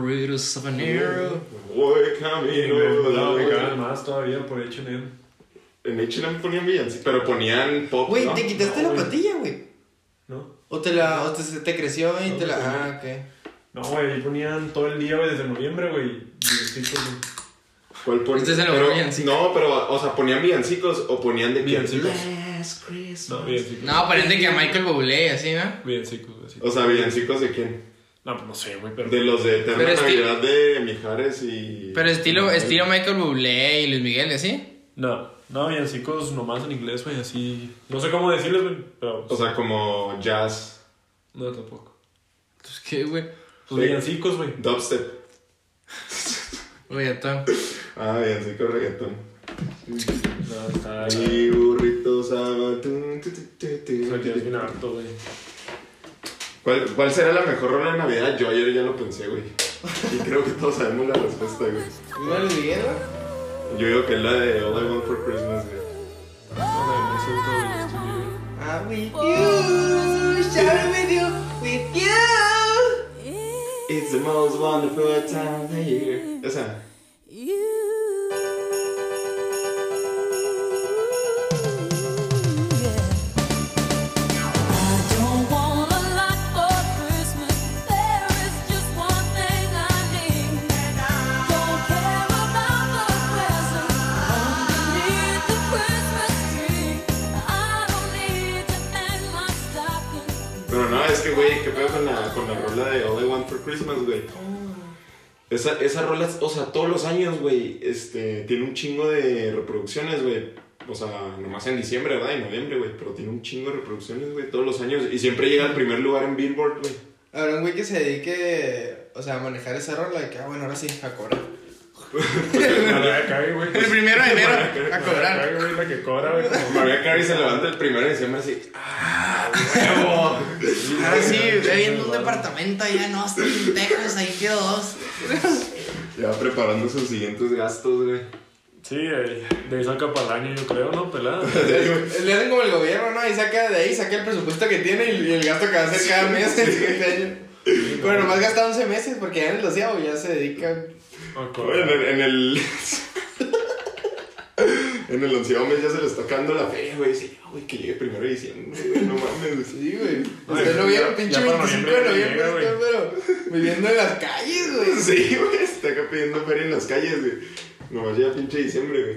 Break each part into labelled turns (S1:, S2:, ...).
S1: ruidos sabanero.
S2: Voy
S3: Y
S2: camino.
S3: me
S2: de la
S3: molaban
S2: boca.
S3: más todavía por H&M.
S2: En H&M ponían villancicos, pero ponían pop,
S1: Oh, Güey,
S2: ¿no?
S1: te quitaste
S3: No,
S1: la
S3: güey.
S1: patilla, güey.
S3: ¿No?
S1: O te la. O te, se te creció y
S3: No,
S1: te la.
S3: no, no.
S1: Ah, ok.
S3: No, güey, ahí ponían todo el día, güey, desde noviembre, güey. Villancicos, güey.
S2: ¿Cuál ponían?
S1: Este es el
S2: Pero-
S1: villancico.
S2: No, pero, o sea, ponían villancicos o ponían de que-
S3: Villancicos.
S2: Last Christmas.
S3: No, villancicos.
S1: No, aparente que a Michael Bublé, así, ¿no?
S3: Villancicos, güey. así.
S2: O sea, villancicos de quién?
S3: No, pues no sé, güey, pero...
S2: De los de Eterna
S1: Pero esti-
S2: Navidad de Mijares y.
S1: Pero estilo,
S2: Manuel.
S1: estilo Michael Bublé y Luis Miguel, así.
S3: No, no, villancicos nomás en inglés, güey, así... No sé cómo decirles, güey, pero...
S2: O sea, como jazz,
S3: No, tampoco.
S1: Pues qué, güey.
S3: Pues
S2: Sí.
S3: villancicos, güey.
S2: dubstep.
S1: Reggaetón.
S2: Ah, villancico reggaetón.
S3: No, está ahí.
S2: Y burritos sábado. tun, tu, tu, tu, tu,
S3: Eso aquí es
S2: tu.
S3: bien harto, güey.
S2: ¿Cuál, ¿Cuál será la mejor rola de Navidad? Yo ayer ya lo pensé, güey. Y creo que todos sabemos la respuesta, güey.
S1: ¿Una Luis Miguel, güey?
S2: Yo digo que es la de All I Want for Christmas, güey.
S3: No, eso es todo bien, güey.
S1: Ah, with you, share with you, with you.
S2: It's the most wonderful time of the year. Esa. Pero no, es que, güey, ¿qué pedo con la, con la rola de All I Want for Christmas, güey? Esa, esa rola, o sea, todos los años, güey, este, tiene un chingo de reproducciones, güey. O sea, nomás en diciembre, ¿verdad? Y noviembre, güey. Pero tiene un chingo de reproducciones, güey, todos los años. Y siempre llega al primer lugar en Billboard, güey.
S1: Habrá un güey que se dedique, o sea, a manejar esa rola de que, ah, bueno, ahora sí, a cobrar.
S3: Mariah Carey, güey.
S1: El primero de enero, a
S3: Mariah
S1: cobrar.
S3: Carey, güey, la que cobra, güey. como-
S2: Mariah Carey se levanta el primero de diciembre así. ¡Ah, huevo! Ah,
S1: Ahora Ah, sí, viendo un departamento allá en Austin, Texas, ahí quedó dos.
S2: Ya preparando sus siguientes gastos, güey.
S3: Sí, eh, de ahí saca para el año, yo creo, ¿no? Pelada.
S1: Le hacen como el gobierno, ¿no? Y saca de ahí, saca el presupuesto que tiene y y el gasto que va a hacer cada mes en el siguiente año. Pero nomás gasta 11 meses porque ya en el doceavo ya se dedica.
S3: A
S2: Oye, En
S3: cobrar.
S2: el. En el, en el onceavo mes ya se le está cagando la feria, güey. Dice, "Ah, güey, que llegue primero de diciembre, güey. No mames, güey.
S1: Sí, güey.
S3: Oye,
S1: Usted lo vieron,
S3: ya-
S1: pinche
S3: ya para
S1: 25 de
S3: noviembre
S1: noviembre,
S3: llega,
S1: está, pero viviendo en las calles, güey.
S2: Sí, güey. Está acá pidiendo feria en las calles, güey. Nomás llega pinche diciembre, güey.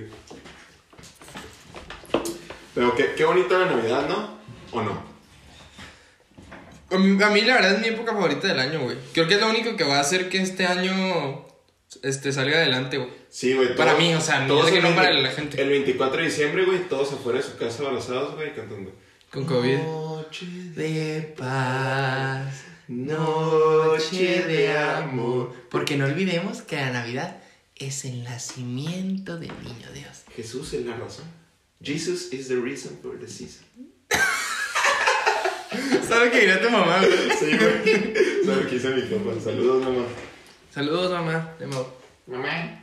S2: Pero qué, qué bonita la Navidad, ¿no? ¿O no?
S1: A mí, a mí, la verdad es mi época favorita del año, güey. Creo que es lo único que va a hacer que este año este, salga adelante, güey.
S2: Sí, güey.
S1: Para
S2: todos-
S1: mí, o sea, no
S2: todos
S1: sé que
S2: el
S1: no para
S2: 20
S1: la gente.
S2: El 24 de diciembre, güey, todos afuera de su casa abrazados, güey, cantando.
S1: Con COVID.
S2: Noche de-
S1: De paz,
S2: noche de amor.
S1: Porque no olvidemos que la Navidad es el nacimiento del niño Dios.
S2: Jesús es la razón. Jesus is the reason for the season.
S1: ¿Sabes qué dirá tu mamá? güey?
S2: Sí, güey. ¿Sabes qué hizo mi papá? Saludos, mamá.
S1: Saludos, mamá. De Mau.
S2: Mamá.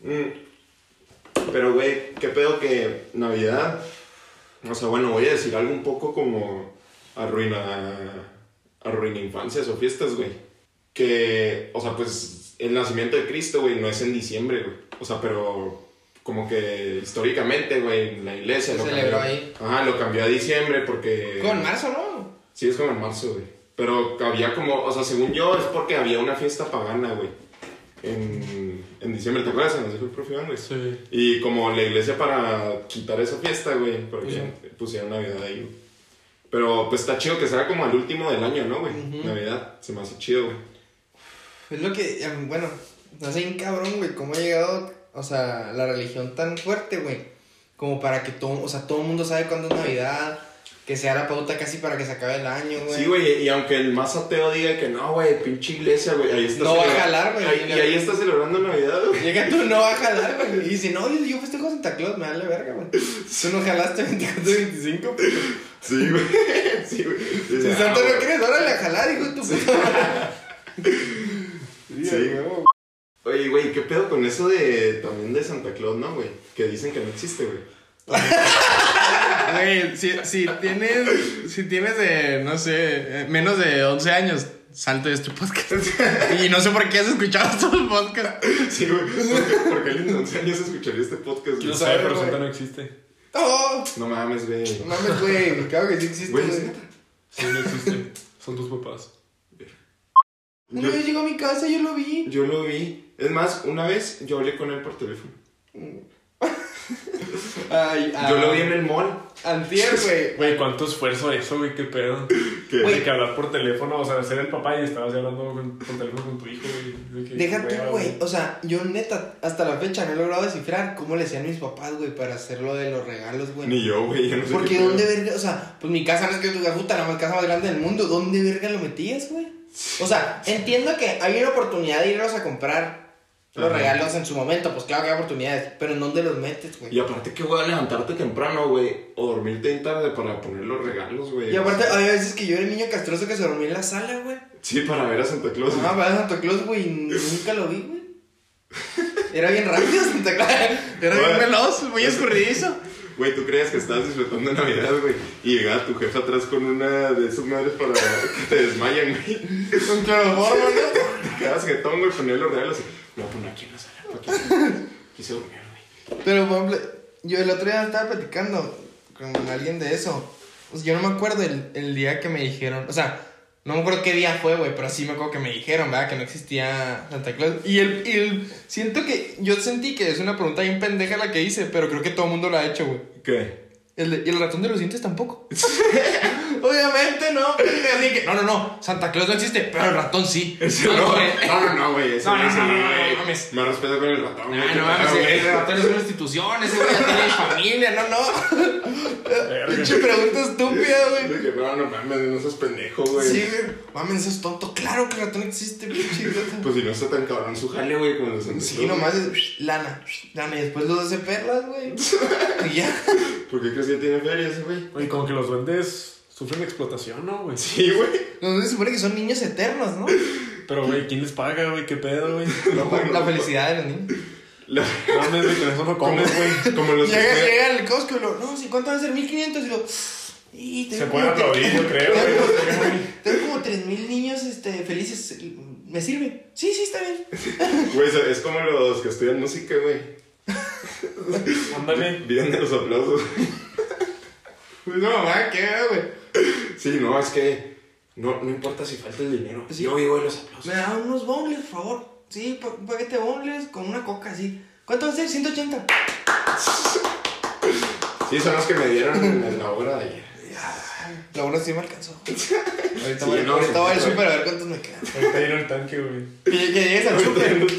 S2: Mm. Pero, güey, qué pedo que Navidad. O sea, bueno, voy a decir algo un poco como arruina. arruina infancias o fiestas, güey. Que, o sea, pues el nacimiento de Cristo, güey, no es en diciembre, güey. O sea, pero como que históricamente, güey, la iglesia
S1: Se
S2: lo
S1: celebró
S2: cambió-
S1: ahí.
S2: Ajá, lo cambió a diciembre porque.
S1: Eh. Con marzo, ¿no?
S2: Sí, es como en marzo, güey. Pero había como, o sea, según yo, es porque había una fiesta pagana, güey. En, en diciembre, ¿te acuerdas? Nos dijo el profe Iván, güey.
S3: Sí.
S2: Y como la iglesia para quitar esa fiesta, güey, porque pusieron Navidad ahí, güey. Pero pues está chido que sea como el último del año, ¿no, güey?
S1: Ujú.
S2: Navidad, se me hace chido, güey.
S1: Es lo que, em, bueno, no sé, un cabrón, güey, cómo ha llegado, o sea, la religión tan fuerte, güey. Como para que todo, o sea, todo el mundo sabe cuándo es Navidad, que sea la pauta casi para que se acabe el año, güey.
S2: Sí, güey, y aunque el más ateo diga que no, güey, pinche iglesia, güey, ahí está
S1: No va a
S2: celebra-
S1: jalar, güey.
S2: Ahí- Y ahí está celebrando Navidad, güey.
S1: Llega tú, no va a jalar, güey. Y dice, no, yo, yo festejo a Santa Claus, me da la verga, güey. Tú no jalaste 24 25.
S2: Sí, güey. Sí, güey. Dice,
S1: Si
S2: "Ah,
S1: Santa
S2: güey".
S1: no quieres, órale a jalar, hijo de tu puta madre.
S2: Sí.
S1: a huevo, güey.
S2: Oye, güey, ¿qué pedo con eso de también de Santa Claus, no, güey? Que dicen que no existe, güey.
S1: Güey, si, si tienes, si tienes de, no sé, eh, menos de 11 años,
S4: salte de este podcast. y no sé por qué has escuchado estos podcasts.
S2: Sí, güey. Porque, porque alguien de 11 años escucharía este podcast.
S3: Quién
S2: güey.
S3: sabe,
S1: sabe,
S3: pero
S1: güey.
S3: Santa no existe.
S1: ¡Oh!
S2: No mames, güey.
S1: No mames, güey. Claro que sí existe,
S2: Güey,
S1: güey.
S2: es neta.
S3: Sí, no existe. Son tus papás.
S1: Una
S2: Yo,
S1: vez llegó a mi casa y yo lo vi.
S2: yo lo vi. Es más, una vez yo hablé con él por teléfono.
S1: Ay, ah,
S2: Yo lo vi en el mall.
S1: Antier, güey.
S3: Güey, cuánto esfuerzo eso, güey, qué pedo.
S2: Que-
S3: De que hablar por teléfono, o sea, ser el papá y estabas ya hablando con- por teléfono con tu hijo, güey. de que,
S1: Déjate,
S3: hueva,
S1: güey. O sea, yo neta, hasta la fecha no he logrado descifrar cómo le hacían mis papás, güey, para hacer lo de los regalos, güey.
S2: Ni yo, güey. ya no sé
S1: Porque
S2: qué
S1: dónde
S2: pedo.
S1: verga, o sea, pues mi casa no es que tu puta, la más casa más grande del mundo, ¿dónde verga lo metías, güey? O sea, entiendo que hay una oportunidad de irlos a comprar los
S2: Ajá.
S1: regalos en su momento, pues claro que hay oportunidades, pero ¿en dónde los metes, güey?
S2: Y aparte que voy a levantarte temprano, güey. O dormirte en tarde para poner los regalos, güey.
S1: Y aparte, hay veces que yo era el niño castroso que se dormía en la sala, güey.
S2: Sí, para ver a Santa Claus.
S1: No, para Santa Claus, güey, nunca lo vi, güey. Era bien rápido Santa Claus.
S4: Era
S2: Bueno.
S4: bien veloz, muy escurridizo.
S2: Güey, tú creías que estabas disfrutando de Navidad, güey. Y llegaba tu jefe atrás con una de esas madres para que te desmayan, güey.
S1: Con cloroformo, ¿no?
S2: Te quedabas jetón, güey, ponía los regalos. y, No, pues no, aquí en la sala, pa' aquí. Aquí se durmió, güey.
S1: Pero, por ejemplo, yo el otro día estaba platicando con alguien de eso. O sea, yo no me acuerdo el, el día que me dijeron. O sea, no me acuerdo qué día fue, güey, pero sí me acuerdo que me dijeron, ¿verdad? Que no existía Santa Claus. Y el, y el- siento que yo sentí que es una pregunta bien pendeja la que hice, pero creo que todo el mundo la ha hecho, güey.
S2: ¿Qué?
S1: El de- y el ratón de los dientes tampoco. Obviamente no. Así que, no, no, no. Santa Claus no existe, pero el ratón sí. Ah,
S2: Ese no.
S1: güey.
S2: No, no, no, güey. Ese
S1: No,
S2: no,
S1: no,
S2: ese
S1: no,
S2: no,
S1: no, no,
S2: güey.
S1: no mames.
S2: Más respeto con el ratón,
S1: Ah,
S2: güey.
S1: no mames, el ratón es una institución, ese güey ya tiene familia, no, no.
S3: Verga.
S1: Pinche pregunta estúpida, güey.
S2: Dije, no, no mames, no seas pendejo, güey.
S1: Sí, güey. Mames, eso es tonto. Claro que el ratón existe, pinche idiota.
S2: Pues si no está tan cabrón su jale, güey, como los Santa
S1: Sí,
S2: Claus.
S1: nomás es lana, lana, y después los hace perlas, güey. Y ya.
S2: ¿Por qué crees que tiene feria ese, güey?
S3: Güey, como que los duendes sufren de explotación, ¿no, güey?
S2: Sí, güey.
S1: Los se supone que son niños eternos, ¿no?
S3: Pero, güey, ¿quién les paga, güey? ¿Qué pedo, güey?
S1: La
S3: pues,
S1: felicidad de los niños.
S2: La-
S3: No mames, güey, con eso
S2: Como,
S3: no comes, güey.
S2: como los que
S1: Llega,
S3: pues.
S2: juegan-
S1: llega el Costco y lo, no, si cuánto va a ser 1500 y lo. Y
S3: Se pueden aplaudir, yo creo, güey. no sé, güey.
S1: Tengo como 3000 niños este, felices. ¿Me sirve? Sí, sí, está bien.
S2: Güey, es- es como los que estudian música, güey.
S3: Ándale.
S2: Vienen de los aplausos.
S1: Pues No, mamá, ¿qué, güey?
S2: Sí, no, es que no, no importa si falta el dinero.
S1: Sí.
S2: Yo vivo de los aplausos.
S1: Me da unos bongles, por favor. Sí, pa- un paquete de bongles con una coca así. ¿Cuánto va a ser? 180.
S2: Sí, son los que me dieron en en la hora de ayer.
S1: La hora sí me alcanzó. Ahorita
S2: Sí,
S1: voy,
S2: no,
S1: ahorita voy al
S2: sí,
S1: súper a ver cuántos me quedan.
S3: Ahorita ir al tanque, güey.
S1: Que, que llegues al súper.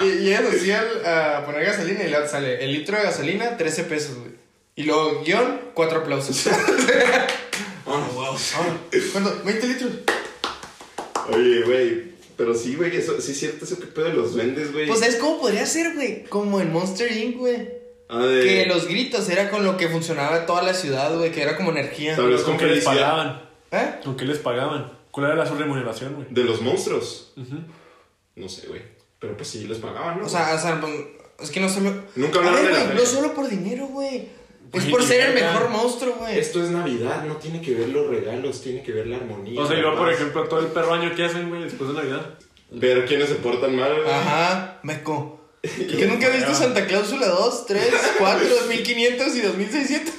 S1: Y y llegas así al- a poner gasolina y le sale el litro de gasolina, 13 pesos, güey. Y luego guión, 4 aplausos.
S2: Oh, wow.
S1: ¿Cuánto? 20 litros.
S2: Oye, güey. Pero sí, güey, eso, sí es cierto eso que pedo de los vendes, güey.
S1: Pues, ¿sabes cómo podría ser, güey? Como en Monster Inc., güey.
S2: ah, de...
S1: Que los gritos era con lo que funcionaba toda la ciudad, güey, que era como energía.
S2: Tal vez
S3: ¿Con
S2: con
S3: qué les
S2: felicidad.
S3: pagaban?
S1: ¿Eh?
S3: ¿Con qué les pagaban? ¿Cuál era la su remuneración, güey?
S2: De los monstruos.
S3: Ujú.
S2: No sé, güey. Pero pues sí, les pagaban, ¿no?
S1: O sea, o sea, pues, es que no solo. A
S2: Nunca hablaron
S1: ver,
S2: de la
S1: güey,
S2: feria.
S1: No solo por dinero, güey. Es
S3: Güey,
S1: por ser el
S3: neta.
S1: mejor monstruo, güey.
S2: Esto es Navidad, no tiene que ver los regalos, tiene que ver la armonía.
S3: O sea,
S2: la
S3: iba, por
S2: paz.
S3: ejemplo, a todo el perro año que hacen, güey, después de Navidad.
S2: Ver quiénes se portan mal, güey.
S1: Ajá, meco. ¿Que nunca he visto Santa Cláusula 2, 3, 4, 2500 y 2600?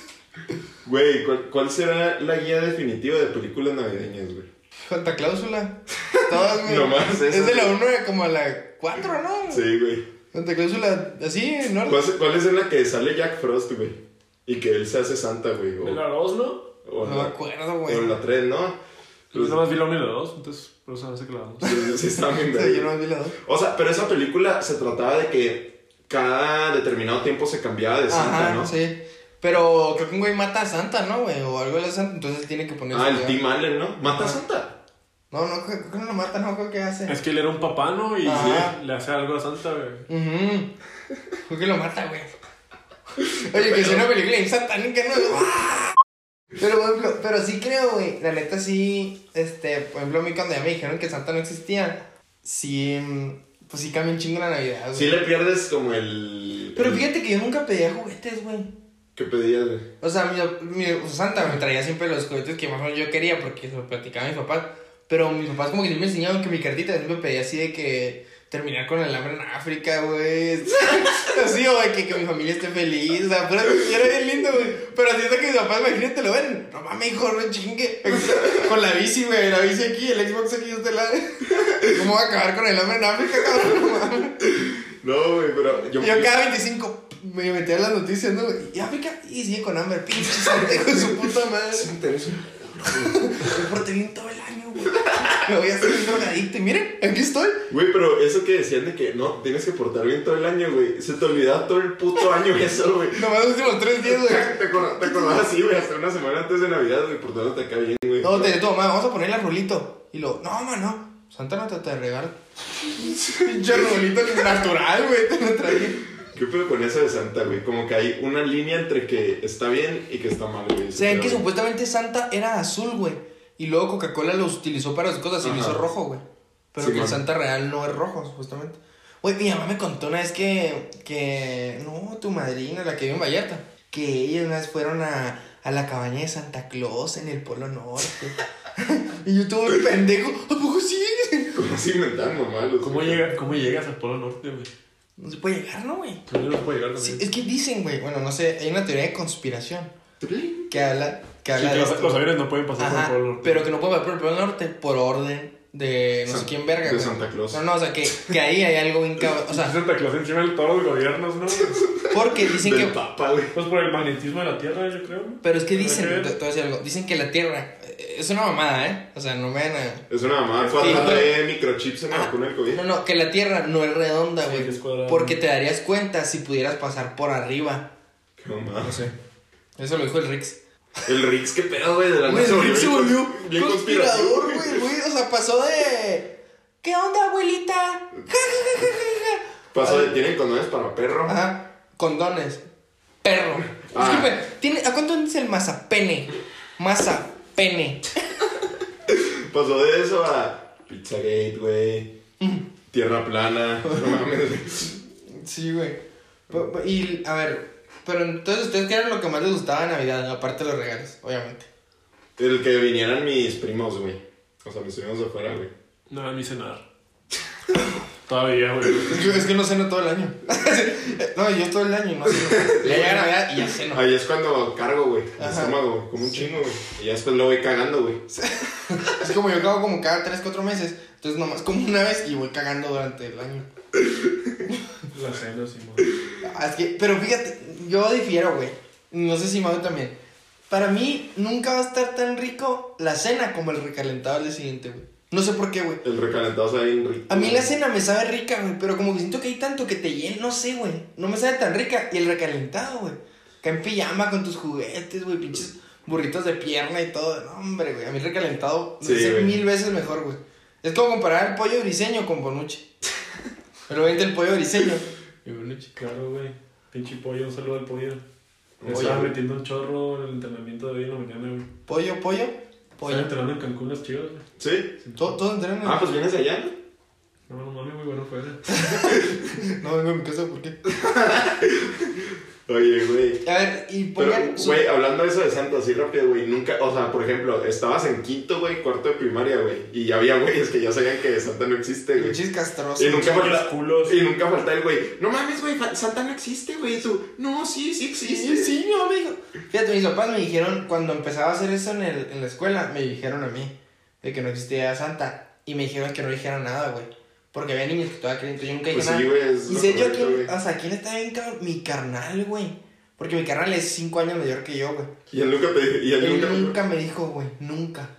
S2: Güey, ¿cuál, cuál será la guía definitiva de películas navideñas, güey?
S1: Santa Cláusula. Todas, güey.
S2: Nomás eso,
S1: es de la
S2: güey.
S1: 1 como a la 4, ¿no?
S2: Sí, güey.
S1: Santa Cláusula, así, en orden.
S2: ¿Cuál, es- cuál es en la que sale Jack Frost, güey? Y que él se hace santa, güey.
S1: Oh.
S2: O,
S3: ¿De la 2, no?
S2: o
S1: No me
S2: la,
S1: acuerdo,
S2: o
S1: güey.
S2: en la 3, ¿no?
S3: Yo
S2: Pues,
S3: nada más vi la 1 y la 2, entonces por eso no sé que la 2.
S2: pues, sí está bien,
S1: O sea,
S2: güey.
S1: yo no vi la 2.
S2: O sea, pero esa película se trataba de que cada determinado tiempo se cambiaba de santa,
S1: Ajá,
S2: ¿no?
S1: sí. Pero creo que un güey mata a Santa, ¿no, güey? O algo de Santa, entonces tiene que ponerse.
S2: Ah, el
S1: ya.
S2: Tim Allen, ¿no? Mata a Santa.
S1: No, no, creo creo que no lo mata, no, creo que hace.
S3: Es que él era un papá, ¿no? Y
S1: Ajá.
S3: le- le hace algo a Santa, güey.
S1: Ujú. Creo que lo mata, güey. Oye, que es una película bien satánica, ¿no? Pero, por ejemplo, pero sí creo, güey. La neta sí, este, por ejemplo, a mí cuando ya me dijeron que Santa no existía, sí, mm, pues sí cambió un chingo la Navidad, güey.
S2: Sí le pierdes como el...
S1: Pero
S2: el-
S1: fíjate que yo nunca pedía juguetes, güey.
S2: ¿Qué pedías, güey?
S1: O sea, mi, mi- o sea, Santa me traía siempre los juguetes que más o menos yo quería porque se lo platicaba a mis papás. Pero mis papás como que siempre me enseñaban que mi cartita siempre pedía así de que terminar con el hambre en África, güey. así, o de que, que mi familia esté feliz. O sea, fuera era bien lindo, güey. Pero así es que mis papás, imagínate, lo ven. No mames, hijo, no chingue. Con la bici, güey. La bici aquí, el Xbox aquí, este lado. ¿Cómo va a acabar con el hambre en África, cabrón? No mames.
S2: No, güey, pero yo,
S1: Yo cada 25 me metía en las noticias, ¿no? güey? Y África, y sigue con hambre, pinche santejo de su puta madre.
S2: Sí me interesa.
S1: Me porté bien todo el año, güey. Me voy a hacer un drogadicto. Y miren, aquí estoy.
S2: Güey, pero eso que decían de que no, tienes que portar bien todo el año, güey. Se te olvidaba todo el puto año eso, güey.
S1: Nomás los últimos tres días, güey.
S2: Te acor- te acordabas así, güey, hasta una semana antes de Navidad, güey, portándote acá bien, güey.
S1: No, te decía tu mamá, vamos a ponerle arbolito. Y lo, no, mamá, no. Santa no te, te regala. Pinche arbolito natural, güey. Te lo traí.
S2: ¿Qué pedo con eso de Santa, güey? Como que hay una línea entre que está bien y que está mal, güey.
S1: O sea, que supuestamente Santa era azul, güey. Y luego Coca-Cola los utilizó para las cosas y lo
S2: Ajá.
S1: hizo rojo, güey. Pero
S2: Sí,
S1: que el
S2: man.
S1: Santa Real no es rojo, supuestamente. Güey, mi mamá me contó una vez que. que. No, tu madrina, la que vive en Vallarta. Que ellos una vez fueron a, a la cabaña de Santa Claus en el Polo Norte. y yo todo el pendejo. ¿A poco sí?
S2: ¿Cómo se inventan mamalos?
S3: ¿Cómo,
S2: güey?
S3: llega, ¿Cómo llegas al Polo Norte, güey?
S1: No se puede llegar, ¿no, güey?
S3: Yo no puedo llegar
S1: Sí,
S3: también.
S1: es que dicen, güey. Bueno, no sé, hay una teoría de conspiración
S2: Tling.
S1: que habla. Que
S3: Sí,
S1: habla
S3: que
S1: de
S3: los,
S1: esto.
S3: los aviones no pueden pasar
S1: Ajá,
S3: por el Polo Norte.
S1: pero que no puede pasar por el Polo Norte por orden de no sé
S2: San-
S1: quién verga,
S2: de
S1: güey.
S2: Santa Claus.
S1: No, no, o sea, que, que ahí hay algo bien cabrón. O
S3: Y
S1: sea,
S3: Santa Claus encima de todos los gobiernos, ¿no? pues
S1: porque dicen
S2: Del
S1: que...
S2: papa, güey.
S3: por el magnetismo de la Tierra, yo creo. ¿no?
S1: Pero es que
S3: Tiene
S1: dicen,
S3: que ver.
S1: te, te voy a decir algo, dicen que la Tierra eh, es una mamada, ¿eh? O sea, no me van a...
S2: Es una mamada.
S1: Sí, Ah.
S2: Cuando
S1: no.
S2: trae microchips en la vacuna del COVID.
S1: No, no, que la Tierra no es redonda,
S3: Sí,
S1: güey.
S3: que es cuadrada.
S1: porque te darías cuenta si pudieras pasar por arriba.
S2: Qué mamada.
S1: sé. Eso lo dijo el Rix.
S2: El Rix, qué pedo, güey, de la
S1: Güey,
S2: nada
S1: el Rick se volvió
S2: bien
S1: conspirador, güey,
S2: conspiración,
S1: güey. O sea, pasó de... ¿Qué onda, abuelita? Ja, ja, ja, ja, ja.
S2: Pasó de, tienen condones para perro.
S1: Ajá. Condones. Perro.
S2: Ah.
S1: Disculpe, ¿tiene, ¿a cuánto es el mazapene? Mazapene.
S2: Pasó de eso a Pizzagate, güey. Tierra plana. No mames, güey.
S1: Sí, güey. P- p- Y, a ver, pero entonces, ¿ustedes qué era lo que más les gustaba de Navidad? Aparte de los regalos, obviamente.
S2: El que vinieran mis primos, güey. O sea, mis primos de afuera, güey.
S3: No, a mí cenar. Todavía, güey.
S1: Es que, es que no ceno todo el año. no, yo todo el año no ceno. Ya llega Navidad y ya ceno.
S2: Ahí es cuando cargo, güey. El
S1: Ajá.
S2: estómago, güey, como un chingo, güey. Y ya después lo voy cagando, güey.
S1: Es como yo cago como cada 3, 4 meses. Entonces, nomás como una vez y voy cagando durante el año.
S3: La cena, sí, man.
S1: Ah, Es que, pero fíjate, yo difiero, güey. No sé si Mau también. Para mí, nunca va a estar tan rico la cena como el recalentado al día siguiente, güey. No sé por qué, güey.
S2: El recalentado sabe bien rico.
S1: A mí la cena me sabe rica, güey, pero como que siento que hay tanto que te llena, no sé, güey. No me sabe tan rica. Y el recalentado, güey. Acá en pijama con tus juguetes, güey, pinches burritos de pierna y todo. No, hombre, güey. A mí el recalentado me
S2: Sí,
S1: hace
S2: güey.
S1: mil veces mejor, güey. Es como comparar el pollo briseño con Bonucci. Pero vente el pollo briseño.
S3: Y bueno, claro, güey. Pinche pollo, un saludo al pollo. Me
S2: Oye,
S3: estaba
S2: güey.
S3: metiendo un chorro en el entrenamiento de hoy en la mañana, güey.
S1: Pollo, pollo, pollo.
S3: Estaba entrenando en Cancún las chivas, güey.
S2: ¿Sí?
S1: ¿Todo, todo entrenan en-
S2: Ah, pues vienes allá, ¿no?
S3: No, no mames, muy bueno fuera.
S2: pues-
S1: No vengo a mi casa, ¿por qué?
S2: Oye, güey.
S1: A ver, y
S2: Pero,
S1: pongan... su-
S2: güey, hablando de eso de Santa, así rápido, güey, nunca, o sea, por ejemplo, estabas en quinto, güey, cuarto de primaria, güey, y ya había güeyes que ya sabían que Santa no existe, güey.
S1: Pinches castrosos.
S2: Y nunca,
S3: Pinches
S2: falta,
S3: culos.
S2: y nunca falta el güey, no mames, güey, fa- Santa no existe, güey, y tú, no, sí, sí
S1: Sí,
S2: existe.
S1: sí, sí, no, amigo. Fíjate, mis papás me dijeron, cuando empezaba a hacer eso en, el, en la escuela, me dijeron a mí de que no existía Santa. Y me dijeron que no dijera nada, güey. Porque había niños que todavía creían, entonces yo nunca dije
S2: Pues
S1: nada.
S2: sí, güey, es
S1: y
S2: lo
S1: sé yo
S2: correcto,
S1: quién,
S2: güey.
S1: o sea, quién está bien, cabrón. Mi carnal, güey. Porque mi carnal es 5 años mayor que yo, güey.
S2: Y él nunca te, y él
S1: Él
S2: nunca,
S1: nunca me dijo, güey, nunca.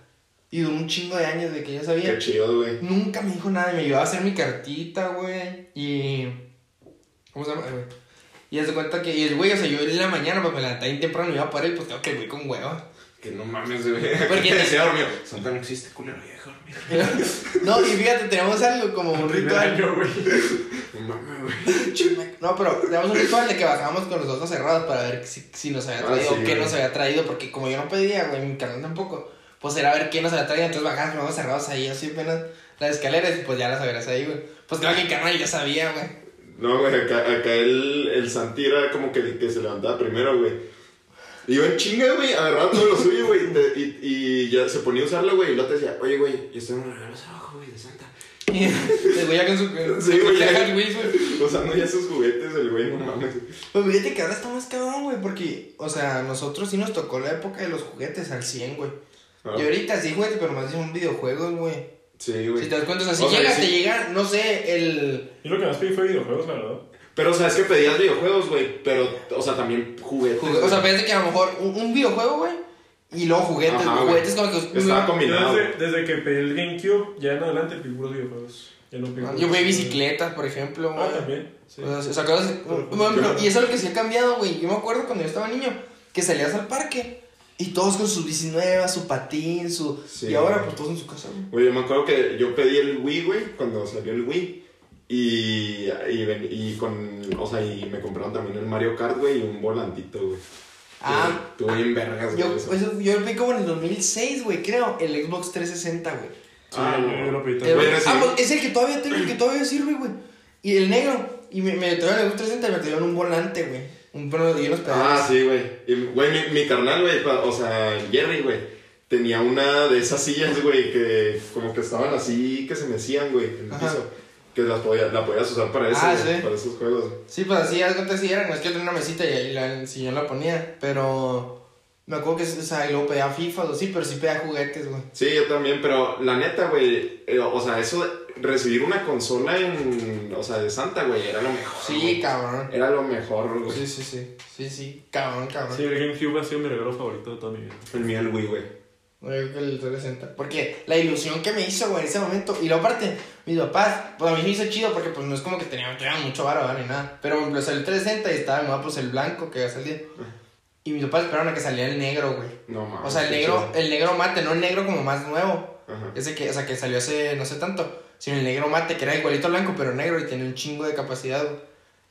S1: Y duró un chingo de años de que yo sabía.
S2: qué chido, güey.
S1: Nunca me dijo nada, me ayudaba a hacer mi cartita, güey. Y. ¿Cómo se llama, güey? Y hace cuenta que. Y el güey, o sea, yo en la mañana, pues me levantaba bien temprano y iba por él, pues tengo que ir con hueva.
S2: Que no mames, güey.
S1: Porque-
S2: Porque se dormido. Santa no existe, culero, ya deja dormir.
S1: no, y fíjate, tenemos algo como un ritual.
S3: año, güey.
S2: No mames, güey.
S1: No, pero tenemos un ritual de que bajábamos con los ojos cerrados para ver si, si nos había
S2: Ah,
S1: traído
S2: sí,
S1: o qué
S2: güey.
S1: nos había traído, porque como yo no pedía, güey, mi canal tampoco, pues era ver quién nos había traído, entonces bajábamos con los ojos cerrados ahí, así apenas las escaleras, y pues ya las abrías ahí, güey. Pues claro que mi canal ya sabía, güey.
S2: No, güey, acá, acá el, el Santi era como que, el que se levantaba primero, güey. Iba en chinga, güey, agarraba todo lo suyo, güey. de- Y, y ya se ponía a usarlo, güey. Y luego te decía, oye, güey, yo estoy en un regalo abajo, güey, de Santa.
S1: El güey ya con su. con
S2: Sí,
S1: su
S2: güey,
S1: caja
S2: ya.
S1: al Wish, güey.
S2: Usando ya sus juguetes, el güey, no mames.
S1: Pues fíjate que ahora está más cabrón, güey, porque, o sea, a nosotros sí nos tocó la época de los juguetes al 100, güey.
S2: Ah,
S1: Y ahorita sí, güey, pero más de un videojuegos, güey.
S2: Sí, güey.
S1: Si te das cuenta, o sea, si
S2: O sea,
S1: llega,
S2: sí.
S1: te llega, no sé, el...
S3: Yo lo que más pedí fue videojuegos, la verdad.
S2: Pero, o sea, es que pedías videojuegos, güey. Pero, o sea, también juguetes.
S1: jugue- O sea, fíjate que a lo mejor un, un videojuego, güey, y luego juguetes,
S2: Ajá,
S1: güey.
S2: güey.
S1: juguetes como que...
S2: Estaba
S3: Yo
S2: combinado.
S3: desde, desde que pedí el GameCube, ya en adelante pedí puros videojuegos. Ya no pedí puros
S1: Ah, Yo veía
S3: videojuegos.
S1: bicicletas, por ejemplo, güey.
S3: Ah, también. Sí.
S1: O sea, o sea, cosas-
S3: Pero-
S1: bueno, pero- y eso es lo que sí ha cambiado, güey. Yo me acuerdo cuando yo estaba niño, que salías al parque y todos con sus bicis nuevas, su patín, su...
S2: Sí.
S1: y ahora, pues, todos en su casa, güey.
S2: Güey, yo me acuerdo que yo pedí el Wii, güey, cuando salió el Wii. Y, y, ven- y con, o sea, y me compraron también el Mario Kart, güey, y un volantito, güey.
S1: Ah,
S2: Estuvo bien vergas, güey.
S1: Yo, pues,
S2: eso.
S1: eso- yo lo vi como en el 2006, güey, creo, el Xbox 360, güey.
S3: Sí,
S2: Ah,
S3: yo,
S2: no.
S3: yo lo pedí
S1: El-
S3: también.
S2: Bueno, sí.
S1: ah, pues es el que todavía tengo, el que todavía sirve, güey. Y el negro. Y me, me trajeron el Xbox 360 y me trajeron un volante, güey. Un pero y unos pedales.
S2: Ah, sí, güey. Y, Güey, mi, mi carnal, güey, pa- o sea, el Jerry, güey, tenía una de esas sillas, güey, que como que estaban así, que se mecían, güey, en el
S1: Ajá.
S2: piso. Que las podía, la podías usar para eso,
S1: Ah,
S2: güey,
S1: sí.
S2: para esos juegos.
S1: Sí, pues así, algo te así era, no es que yo tenía una mesita y ahí la, el sillón la ponía, pero me acuerdo que, o sea, y luego pedía FIFA, o sí, pero sí pedía juguetes, güey.
S2: Sí, yo también, pero la neta, güey, eh, o sea, eso de recibir una consola en, o sea, de Santa, güey, era lo mejor.
S1: Sí,
S2: güey.
S1: cabrón.
S2: Era lo mejor, güey.
S1: Sí, sí, sí, sí, sí, cabrón, cabrón.
S3: Sí, el GameCube ha sido mi regalo favorito de toda mi vida.
S2: El mío, el Wii, güey.
S1: No, yo creo que el 360. Porque la ilusión que me hizo, güey, en ese momento. Y luego aparte, mis papás, pues a mí me hizo chido porque pues no es como que tenía, tenía mucho varo, ¿verdad? Ni nada. Pero me salió el 360 y estaba mi mamá, pues el blanco que había salido. Y mis papás esperaron a que saliera el negro, güey.
S2: No mames.
S1: O sea, el
S2: qué
S1: negro, el negro mate, no el negro como más nuevo.
S2: chido. Ajá.
S1: Ese que, o sea, que salió hace no sé tanto. Sino el negro mate, que era igualito al blanco, pero negro y tenía un chingo de capacidad, güey.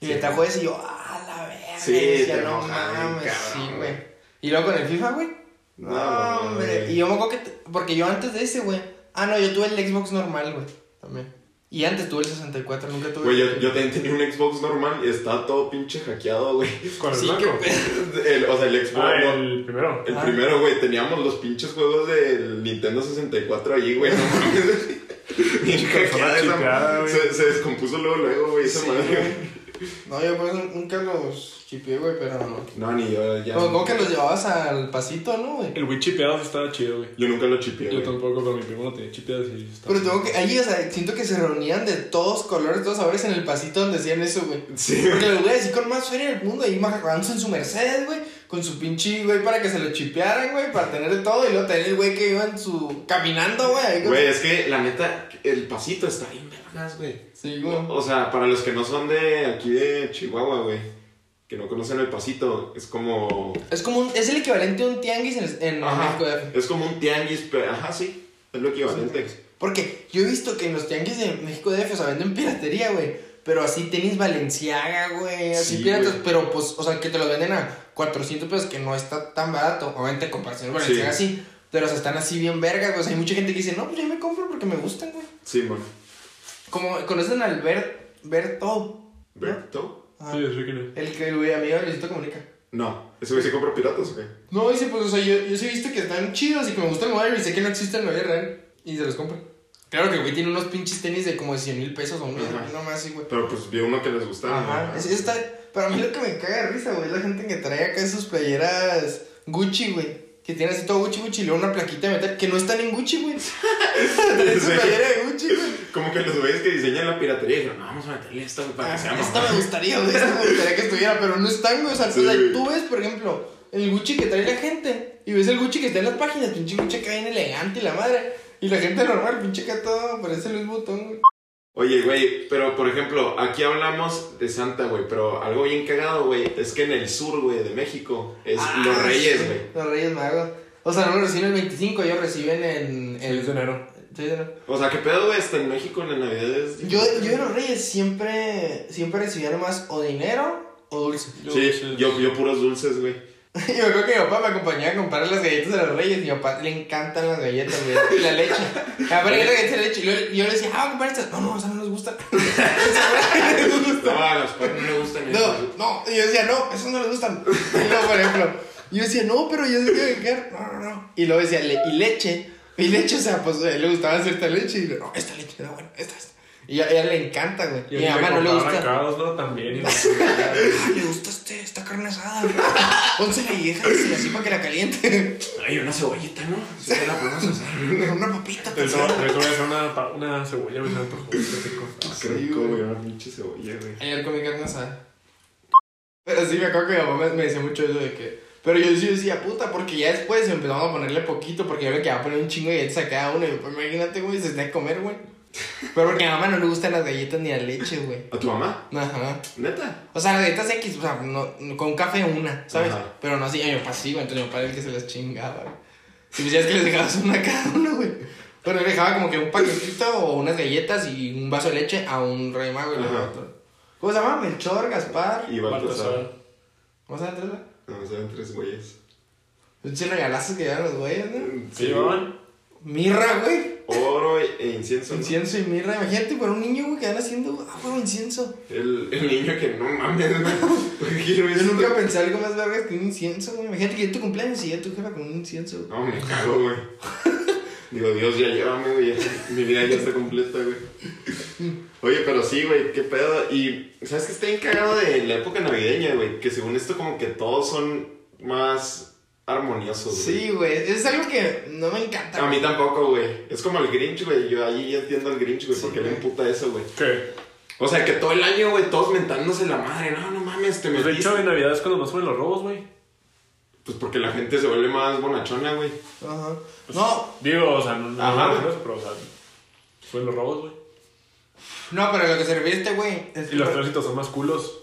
S1: Y me
S2: Sí.
S1: trajo ese y yo, ah, la verga.
S2: Sí,
S1: y decía,
S2: te
S1: no
S2: enoja bien,
S1: mames,
S2: cabrón,
S1: sí,
S2: güey.
S1: güey. Y luego con el FIFA, güey.
S2: No,
S1: No, hombre.
S2: güey.
S1: Y yo me acuerdo que. te- Porque yo antes de ese, güey. Ah, no, yo tuve el Xbox normal, güey. También. Y antes tuve el 64, nunca tuve.
S2: Güey, yo, yo también tenía un Xbox normal y está todo pinche hackeado, güey.
S3: ¿Con el
S1: Sí, qué
S3: blanco?
S1: pedo.
S2: El- o sea, el Xbox.
S3: Ah,
S2: no. el...
S3: el primero.
S1: Ah.
S2: primero, güey, teníamos los pinches juegos del Nintendo 64 ahí, güey. No mames. Bien
S3: consola
S2: hackeada esa-
S3: chipeada, güey.
S2: se, se descompuso luego, luego, güey, esa
S1: Sí,
S2: madre,
S1: güey.
S2: güey.
S1: No, yo por eso nunca los chipié, güey, pero no.
S2: No, ni yo, ya.
S1: Como como que los llevabas al pasito, ¿no, güey?
S3: El Wii chipeado sí estaba chido, güey.
S2: Yo nunca lo chipeé,
S3: Yo
S2: güey.
S3: tampoco, pero mi primo lo tenía chipeado y estaba
S1: Pero tengo que. Ahí, o sea, siento que se reunían de todos colores, todos sabores en el pasito donde hacían eso, güey.
S2: Sí,
S1: Porque los güeyes así con más feria del mundo, ahí majacuándose en su Mercedes, güey, con su pinche, güey, para que se lo chipearan, güey, para tener de todo, y luego tener el güey que iba en su. caminando, güey, ahí con-
S2: Güey, es que la neta, el pasito está bien vergas, güey.
S1: Sí, güey.
S2: O sea, para los que no son de aquí de Chihuahua, güey, que no conocen el pasito, es como.
S1: Es como un- es el equivalente a un tianguis en, en
S2: Ajá,
S1: México DF.
S2: es como un tianguis, pero. Ajá, sí, es lo equivalente.
S1: Porque yo he visto que en los tianguis de México DF, o sea, venden piratería, güey. Pero así tenis Valenciaga, güey, así
S2: Sí,
S1: piratas,
S2: güey.
S1: pero pues, o sea, que te los venden a 400 pesos, que no está tan barato. Obviamente, en comparación con Valenciaga, sí. Pero, o sea, están así bien vergas, güey. O sea, hay mucha gente que dice, no, pues yo me compro porque me gustan, güey.
S2: Sí, bueno.
S1: Como conocen al Bert, Berto,
S2: ¿Berto?
S1: Ah,
S3: Sí, eso que no.
S1: el que el güey amigo de Luisito Comunica.
S2: No, ese güey se compra piratas, güey.
S1: No, dice, pues, o sea, yo, yo sí he visto que están chidos y que me gusta el modelo y sé que no existen en la vida real. Y se los compra. Claro que el güey tiene unos pinches tenis de como de 100 mil pesos o un
S2: Ajá.
S1: no más, sí, güey.
S2: Pero pues vio uno que les gustaba.
S1: Ajá.
S2: ¿no?
S1: Es- está, para mí lo que me caga de risa, güey, es la gente que trae acá sus playeras Gucci, güey. Que tiene así todo Gucci, Gucci y luego una plaquita de metal que no están en Gucci, güey. Trae su
S2: Sí.
S1: playera de Gucci, güey.
S2: Como que los güeyes que diseñan la piratería dijeron, no, vamos a meterle esto güey, para que sea
S1: Esta
S2: mamá".
S1: me gustaría, güey. Esta me gustaría que estuviera, pero no están, güey. O sea,
S2: Sí,
S1: tú, la-
S2: güey.
S1: tú ves, por ejemplo, el Gucci que trae la gente. Y ves el Gucci que está en las páginas, pinche Gucci acá bien elegante y la madre. Y la gente normal, pinche acá todo, parece Luis Botón, güey.
S2: Oye, güey, pero por ejemplo, aquí hablamos de Santa, güey, pero algo bien cagado, güey, es que en el sur, güey, de México, es
S1: Ah,
S2: los
S1: sí,
S2: reyes, güey.
S1: Los Reyes Magos. O sea, no lo reciben el 25, ellos reciben en.
S3: El 10 de enero.
S1: enero.
S2: O sea, ¿qué pedo, güey? Hasta en México en la Navidad es...
S1: Yo, yo de los Reyes siempre, siempre recibía nomás o dinero o dulce.
S2: Sí, yo, yo puros dulces, güey.
S1: Y me acuerdo que mi papá me acompañaba a comprar las galletas de los Reyes. Y a mi papá le encantan las galletas, güey. Y la leche. Aparte, las galletas de leche. Y luego- y yo le decía, ah, comprar estas. No, no, o sea, no nos gusta.
S2: No, a los padres no le gustan
S1: No, no. Y yo decía, no, esas no les gustan. Y luego, por ejemplo, Y yo decía, no, pero yo decía que quedar. No, no, no. Y luego decía, le- y leche. Y leche, o sea, pues eh, le gustaba cierta leche. Y yo, no, esta leche era buena, esta, esta. Y a ella le encanta, güey. Y,
S3: Y
S1: a mi mamá no le gusta.
S3: Caos, ¿no? También. y no-
S1: Ay, le gusta este, esta carne asada. güey. Pónsela y déjala así para que la caliente.
S2: Ay, una cebollita, ¿no? Sí, la podemos hacer.
S1: Una papita.
S3: Te
S1: pues,
S3: voy a hacer una, pa- una cebolla, me sabe, por favor, qué rico.
S2: Ah, qué rico, güey, una pinche cebolla, güey.
S1: Ayer comí carne asada. Pero sí, me acuerdo que mi mamá me- me decía mucho eso de que. Pero yo sí decía, puta, porque ya después empezamos a ponerle poquito, porque ya me quedaba poner un chingo de galletas a cada uno. Y yo, pues, imagínate, güey, se tenía que comer, güey. Pero porque a mi mamá no le gustan las galletas ni la leche, güey.
S2: ¿A tu mamá?
S1: Ajá.
S2: ¿Neta?
S1: O sea, las galletas X, o sea, no, no- con café una, ¿sabes?
S2: Ajá.
S1: Pero no así, a mi papá sí, güey, entonces mi papá era el que se las chingaba, güey. Si me decías que les dejabas una a cada uno, güey. Pero le dejaba como que un paquetito o unas galletas y un vaso de leche a un rey mago y luego
S2: Ajá.
S1: otro. ¿Cómo se llama? Melchor, Gaspar.
S2: Y Baltasar.
S1: ¿Cómo se llama? Teresa?
S2: Nos dan tres güeyes.
S1: Un chino galazos que llevan los güeyes, ¿no?
S3: ¿Se llevaban?
S1: Mirra, güey.
S2: Oro e incienso. ¿no?
S1: Incienso y mirra. Imagínate, por un niño, güey, que van haciendo, ah, güey, incienso.
S2: El, el niño que no mames, güey. ¿Por qué quiero
S1: Yo
S2: esto?
S1: nunca pensé algo más vergas que un incienso, güey. Imagínate que en tu cumpleaños y ya tu jefa con un incienso, güey.
S2: No, me cago, güey. Digo, Dios, ya llévame, güey. ya- Mi vida ya está completa, güey. Oye, pero sí, güey, qué pedo. Y, ¿sabes qué está bien cagado de la época navideña, güey? Que según esto, como que todos son más armoniosos, güey.
S1: Sí, güey. Es algo que no me encanta.
S2: A mí tampoco, güey. Es como el Grinch, güey. Yo ahí ya entiendo al Grinch, güey,
S1: Sí,
S2: porque le
S1: güey.
S2: emputa eso, güey.
S3: ¿Qué?
S2: O sea, que todo el año, güey, todos mentándose la madre. No, no mames, te
S3: Pues de
S2: metiste.
S3: hecho, en Navidad es cuando más suben los robos, güey.
S2: Pues porque la gente se vuelve más bonachona, güey.
S1: Ajá.
S2: Pues
S1: No,
S3: Pues, Digo, o sea, no, no,
S2: Ajá,
S3: no,
S2: güey.
S3: no, pero, o sea, suben los robos, güey.
S1: no, pero lo que se refiere este güey es
S3: Y los tránsitos son más culos.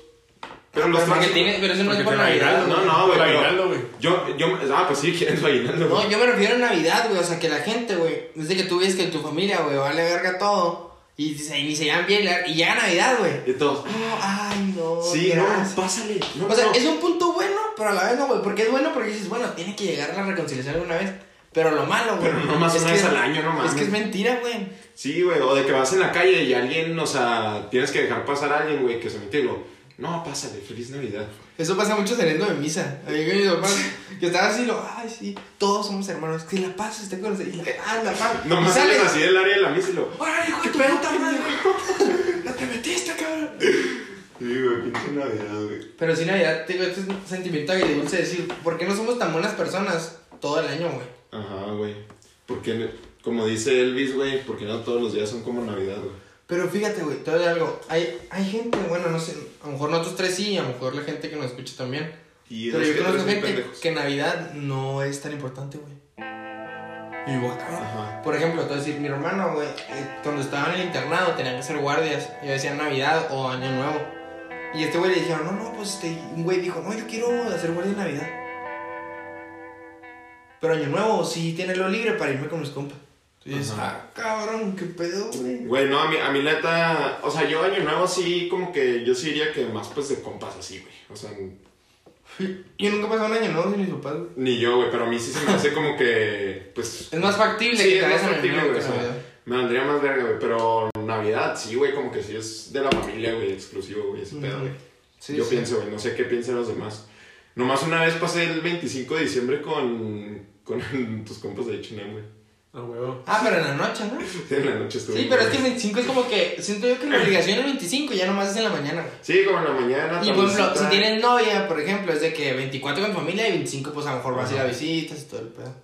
S2: Pero los
S1: porque
S2: trans-
S1: tiene, Ah, pero eso no es
S3: Porque
S1: por
S3: te la
S1: Navidad.
S3: regalan,
S1: güey.
S2: No, no, güey.
S3: El
S2: pero-
S3: aguinaldo, güey.
S2: Yo, yo, ah, pues sí, quieren su aguinaldo, güey.
S1: No, yo me refiero a Navidad, güey. O sea, que la gente, güey, desde que tú ves que tu familia, güey, vale verga todo. Y se, y se llevan bien. la- Y llega Navidad, güey.
S2: Y todos.
S1: No, ay, no.
S2: Sí, no,
S1: Oh, gracias.
S2: pásale. No,
S1: O sea,
S2: no.
S1: es un punto bueno, pero a la vez no, güey. Porque es bueno porque dices, bueno, tiene que llegar la reconciliación alguna vez. Pero lo malo, güey.
S2: Pero nomás
S1: es
S2: una
S1: que-
S2: vez al año, no mames.
S1: Es que es mentira, güey.
S2: Sí, güey, o de que vas en la calle y alguien, o sea, tienes que dejar pasar a alguien, güey, que se mete y lo. No, pásale, feliz Navidad.
S1: Eso pasa mucho saliendo de misa. A mí con mis papás, que estaba así, lo, ay, sí, todos somos hermanos. Que la paz esté con nosotros. Y la, ah, la paz.
S2: No
S1: Y
S2: más sales
S1: sales.
S2: así del área de la misa y lo.
S1: ¡Órale, hijo de tu puta madre! ¡No te metiste, cabrón!
S2: Sí, güey, pinche Navidad, güey.
S1: Pero sí, Navidad, te digo, este es un sentimiento agridulce de decir, ¿por qué no somos tan buenas personas todo el año, güey?
S2: Ajá, güey. Porque, como dice Elvis, güey, porque no todos los días son como Navidad, güey.
S1: Pero fíjate, güey, te voy a decir algo. Hay, hay gente, bueno, no sé, a lo mejor nosotros tres sí, y a lo mejor la gente que nos escucha también.
S2: Y
S1: Pero
S2: los
S1: yo
S2: que
S1: conozco
S2: tres son
S1: gente
S2: pendejos.
S1: que Navidad no es tan importante, güey. Y digo, ah, cabrón.
S2: Ajá.
S1: Por ejemplo, te voy a decir, mi hermano, güey, eh, cuando estaba en el internado tenían que ser guardias. Y decían Navidad o Año Nuevo. Y este güey le dijeron, no, no, pues este, y un güey dijo, no, yo quiero hacer guardia en Navidad. Pero Año Nuevo sí tenerlo libre para irme con mis compas. Entonces,
S2: Ajá.
S1: ah, cabrón, qué pedo, güey.
S2: Güey, no, a mi, a mi neta, o sea, yo año nuevo sí, como que yo sí diría que más pues de compas así, güey. O sea,
S1: Yo nunca pasé un Año Nuevo sin mis papás, güey.
S2: ni yo, güey, pero a mí sí se me hace como que, pues...
S1: Es más factible
S2: Sí,
S1: que
S2: es
S1: te
S2: más
S1: vayas a Año
S2: factible,
S1: Nuevo
S2: güey,
S1: que
S2: o sea,
S1: Navidad.
S2: Me vendría más verga, güey, pero Navidad sí, güey, como que sí es de la familia, güey, exclusivo, güey, ese pedo,
S1: Ujú.
S2: güey.
S1: Sí,
S2: yo
S1: sí.
S2: pienso, güey, no sé qué piensan los demás. Nomás una vez pasé el 25 de diciembre con, con tus compas de H&M, güey.
S3: A huevo.
S1: Ah, pero en la noche, ¿no?
S2: En la noche estuve.
S1: Sí, pero es que el 25 es como que, siento yo que la obligación es 25, ya nomás es en la mañana, güey.
S2: Sí, como en la mañana.
S1: Y por ejemplo, si
S2: tardecita.
S1: tienes novia, por ejemplo, es de que 24 con familia y 25 pues a lo mejor vas a ir a visitas y todo el pedo.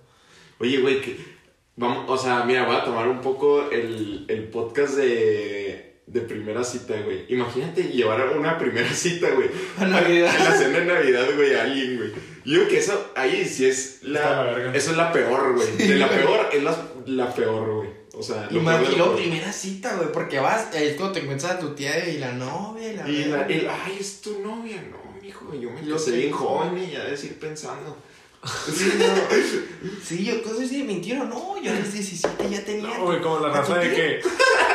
S2: Oye, güey, que. Vamos, o sea, mira, voy a tomar un poco el, el podcast de, de primera cita, güey. Imagínate llevar a una primera cita, güey.
S1: A Navidad.
S2: En la cena de Navidad, güey, a alguien, güey. Yo creo que eso, ahí sí es
S3: Está la
S2: la.
S3: verga.
S2: eso es la peor, güey. De la peor, es la, la peor, güey. O sea,
S1: Y
S2: lo
S1: más
S2: peor
S1: y
S2: de
S1: luego
S2: lo peor.
S1: primera cita, güey, porque vas, ahí es cuando te encuentras a tu tía y la novia y la...
S2: Y la,
S1: verga.
S2: el, ay, es tu novia, no, mijo. Yo me
S1: Yo
S2: casé
S1: sé.
S2: bien joven y ya decir pensando.
S1: Sí, no. sí, yo cosa es de 21, no, yo a los 17 ya tenía...
S3: No, güey, como la
S1: ¿A tu
S3: raza de
S1: tía?
S3: que.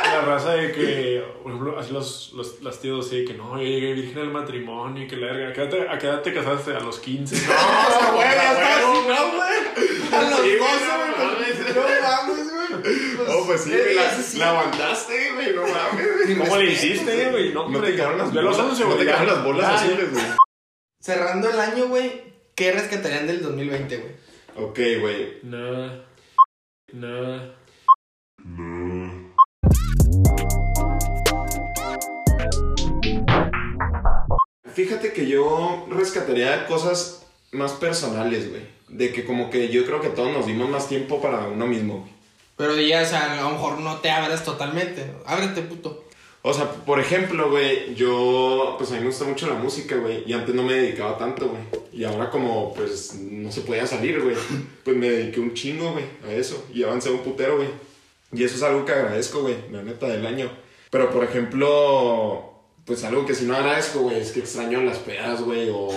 S3: La raza de que. Por ejemplo, así los, los, las tíos así de que no, yo llegué virgen al matrimonio y que la verga. ¿A qué edad te, a qué edad te casaste? A los 15.
S1: ¡Ah, güey, ya
S3: A
S1: está
S3: huevo.
S1: así, no, güey! A los
S2: Sí, güey,
S1: 12,
S2: no
S1: güey,
S2: mames.
S1: pues, no mames, güey.
S2: Oh, pues sí, güey, la,
S1: sí,
S2: la aguantaste, güey, no mames.
S3: ¿Cómo le hiciste, güey? No,
S2: No te quedaron las
S3: Yo a los
S2: bolas.
S3: 11,
S2: No
S3: güey.
S2: te quedaron las bolas
S3: Ah,
S2: azules, güey.
S1: Cerrando el año, güey, ¿Qué rescatarían del 2020, güey?
S2: Ok, güey.
S3: Nada. Nada.
S2: Fíjate que yo rescataría cosas más personales, güey. De que como que yo creo que todos nos dimos más tiempo para uno mismo, güey.
S1: Pero ya, o sea, a lo mejor no te abras totalmente. ¿no? Ábrete, puto.
S2: O sea, por ejemplo, güey, yo, pues a mí me gusta mucho la música, güey, y antes no me dedicaba tanto, güey. Y ahora como, pues, no se podía salir, güey, pues me dediqué un chingo, güey, a eso. Y avancé un putero, güey. Y eso es algo que agradezco, güey, la neta del año. Pero, por ejemplo, pues algo que si no agradezco, güey, es que extraño las pedas, güey, o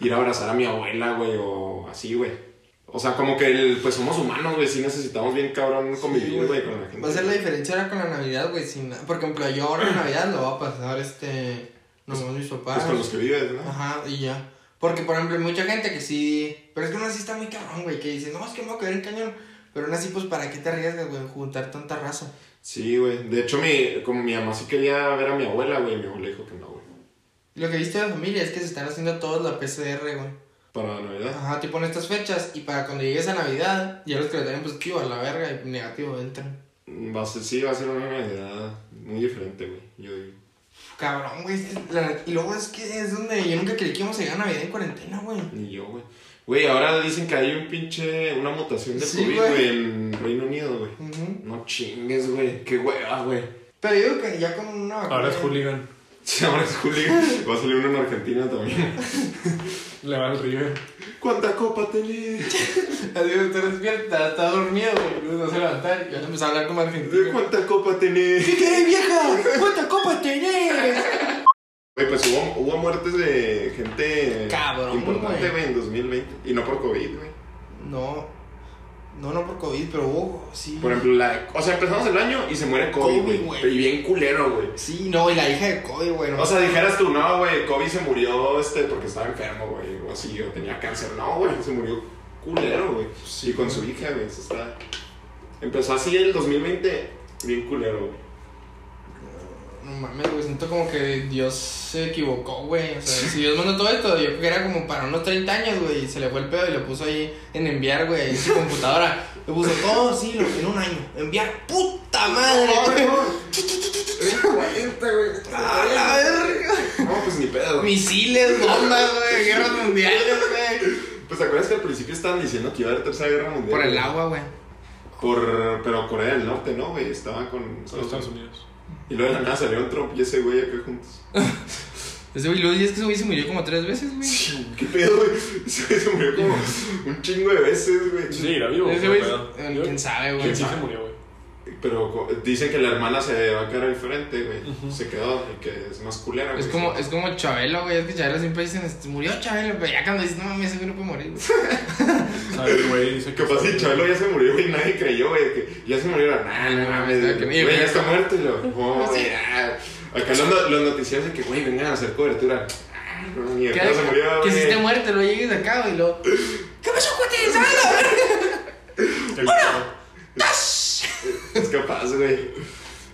S2: ir a abrazar a mi abuela, güey, o así, güey. O sea, como que, el- pues, somos humanos, güey, sí necesitamos bien cabrón convivir, güey, con la gente.
S1: Va a ser la diferencia ahora con la Navidad, güey. Sin... na- Por ejemplo, yo ahora en Navidad lo voy a pasar, este... Nomás mis papás.
S2: Pues con los que vives, ¿no?
S1: Ajá, y ya. Porque, por ejemplo, hay mucha gente que sí. Pero es que uno así está muy cabrón, güey. Que dice, no, es que me voy a caer en cañón. Pero aún así, pues, ¿para qué te arriesgas, güey? en Juntar tanta raza.
S2: Sí, güey. De hecho, mi, como mi mamá sí quería ver a mi abuela, güey, mi abuela dijo que no, güey.
S1: Lo que he visto de familia es que se están haciendo todos la PCR, güey.
S2: Para Navidad.
S1: Ajá, tipo en estas fechas. Y para cuando llegues a Navidad, ya los que le dan positivo a la verga y negativo entran.
S2: Va a ser, sí, va a ser una Navidad muy diferente, güey. Yo digo.
S1: Cabrón, güey. es que la- Y luego es que es donde yo nunca creí que íbamos a llegar a Navidad en cuarentena, güey.
S2: Ni yo, güey. Güey, ahora dicen que hay un pinche, una mutación de
S1: Sí,
S2: COVID,
S1: güey.
S2: güey, en Reino Unido, güey.
S1: Ujú.
S2: No chingues, güey. Qué hueva, güey.
S1: Pero yo creo que ya con una vacuna.
S3: Ahora es hooligan.
S2: Sí, ahora es Julio. Va a salir uno en Argentina también.
S3: Le va al River.
S2: ¿Cuánta copa tenés?
S1: Adiós, está despierta, está dormido, güey. No se levantar. Ya empezó a hablar como argentino.
S2: ¿Cuánta copa tenés?
S1: ¿Qué querés, vieja? ¿Cuánta copa tenés?
S2: Güey, pues hubo, hubo muertes de gente
S1: Cabrón,
S2: importante,
S1: güey.
S2: güey, en 2020. Y no por COVID, güey.
S1: No. No, no por COVID, pero hubo, sí.
S2: Por ejemplo, la, o sea, empezamos el año y se muere COVID,
S1: Kobe,
S2: güey.
S1: güey.
S2: Y bien culero, güey.
S1: Sí, no, y la hija de Kobe, güey. no
S2: O sea, dijeras tú, no, güey, Kobe se murió este, porque estaba enfermo, güey. O así, yo tenía cáncer. No, güey, se murió culero, güey. y con su hija, güey. Eso está... Empezó así el 2020, bien culero, güey.
S1: No mames, güey, siento como que Dios se equivocó, güey. O sea, si Dios mandó todo esto, yo creo que era como para unos 30 años, güey. Y se le fue el pedo y lo puso ahí en enviar, güey, en su computadora. Le puso todo, sí, lo en un año. Enviar, puta madre, güey. A la verga.
S2: Ah, No, pues ni pedo.
S1: Misiles, bombas, güey, guerras mundiales, güey.
S2: Pues te acuerdas que al principio estaban diciendo que iba a haber tercera guerra mundial.
S1: Por el
S2: güey?
S1: agua, güey.
S2: Por, pero Corea del Norte, ¿no, güey? Estaban con
S3: Son Estados Unidos.
S2: Y luego de la nada salieron Trump y ese güey acá juntos.
S1: Ese güey, luego, y es que ese güey se murió como tres veces, güey.
S2: ¿Qué pedo, güey? Se se murió como un chingo de veces, güey. Ah.
S3: Sí, era vivo.
S1: Ese
S3: pero
S1: güey,
S3: pedo.
S1: eh, quién sabe, güey.
S3: ¿Quién sí se murió, güey?
S2: Pero co- dicen que la hermana se va a quedar al frente, güey. Se quedó y que es más culera, güey.
S1: Es como, es como Chabelo, güey. Es que Chabelo siempre dicen, este, murió Chabelo, pero ya cuando dices, no mames, ese güey no puede morir, güey.
S3: ¿Sabes, güey? Dice que.
S2: Capaz si Chabelo ya se murió, güey, nadie creyó, güey, que ya se murió, nah, no mames,
S1: Claro que
S2: güey,
S1: ni,
S2: güey,
S1: güey.
S2: ya está muerto, y lo, oh, güey, ah. acá los, no- los noticieros de que, güey, vengan a hacer cobertura, ah, no, ni de
S1: Que,
S2: pedo se murió,
S1: que
S2: güey.
S1: si esté muerto, luego llegues acá y luego. ¿Qué pasó, cuate?
S3: El-
S2: Es capaz, güey,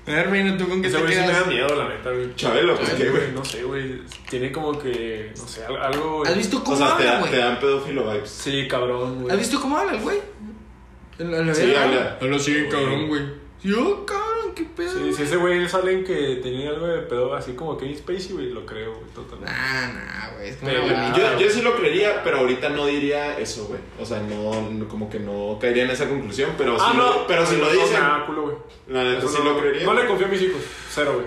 S1: A ver, Mino, ¿tú con qué
S3: Ese
S1: te
S3: güey sí me da
S1: quedas?
S3: miedo, la neta, güey.
S2: Chabelo, pues,
S3: Ay,
S2: ¿qué, güey?
S3: güey, No sé, güey. Tiene como que. No sé, al- algo.
S1: ¿Has visto
S2: O
S1: cómo
S2: sea, te,
S1: habla,
S2: da-
S1: güey?
S2: te dan pedófilo vibes.
S3: Sí, cabrón, güey.
S1: ¿Has visto cómo habla el güey? En la- en la
S2: Sí,
S1: verga.
S2: habla.
S1: Habla así bien cabrón, güey. Yo, cabrón, qué pedo.
S3: Sí, si ese güey salen que tenía algo de pedo así como Kevin Spacey, güey, lo creo, güey, totalmente.
S1: Nah, nah, güey. Es como
S3: Pero-
S1: una mamada.
S2: Yo, yo sí lo creería, pero ahorita no diría eso, güey. O sea, no, no- como que no caería en esa conclusión, pero si, lo, pero si lo dicen,
S3: Ah, No, nah, culo, güey.
S2: la neta
S3: Eso
S2: sí
S3: no-
S2: lo creería.
S3: No le confío a mis hijos, cero, güey.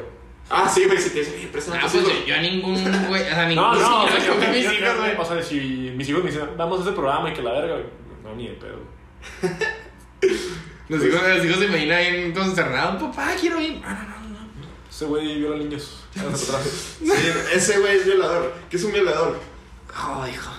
S2: Ah, sí, güey, si te dicen, oye, préstame
S1: Ah,
S2: tus
S1: pues
S2: hijos".
S1: yo, yo a ningún güey. O sea, a ningún
S3: No, no,
S1: sí,
S3: o sea,
S1: con
S3: yo-
S1: mis
S3: yo- yo-
S1: hijos, güey.
S3: O sea, si mis hijos me dicen, vamos a ese programa y que la verga, güey. No, ni de pedo. güey.
S1: Los hijos, los hijos se imaginan bien consternados. Papá, quiero ir. Ah, no, no, no.
S3: Ese güey viola niños. Háganse para atrás.
S2: Sí, ese güey es violador. ¿Qué es un violador?
S1: Joder, hijo.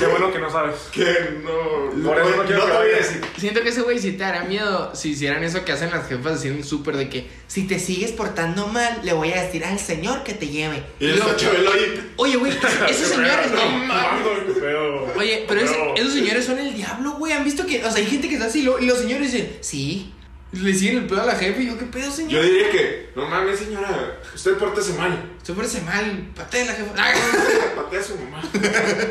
S3: Qué bueno que no sabes.
S2: Que no. No,
S3: Por eso no
S2: no,
S3: quiero
S2: te voy a
S3: que-
S2: decir.
S1: Siento que ese güey sí te hará miedo si hicieran eso que hacen las jefas en el súper de que si te sigues portando mal, le voy a decir al señor que te lleve.
S2: Y
S1: Y luego,
S2: está Chabelo ahí.
S1: Oye, güey, esos señores, güey.
S3: mames, qué pedo.
S1: Oye, pero ese-
S3: Pero-
S1: esos señores son el diablo, güey. Han visto que, o sea, hay gente que está así lo- y los señores dicen, sí. Le siguen el pedo a la jefa y yo, ¿qué pedo,
S2: Yo
S1: señor?
S2: diría que, no mames, señora, usted pórtese mal.
S1: Súper se mal, patea a la jefa.
S2: Patea a su mamá.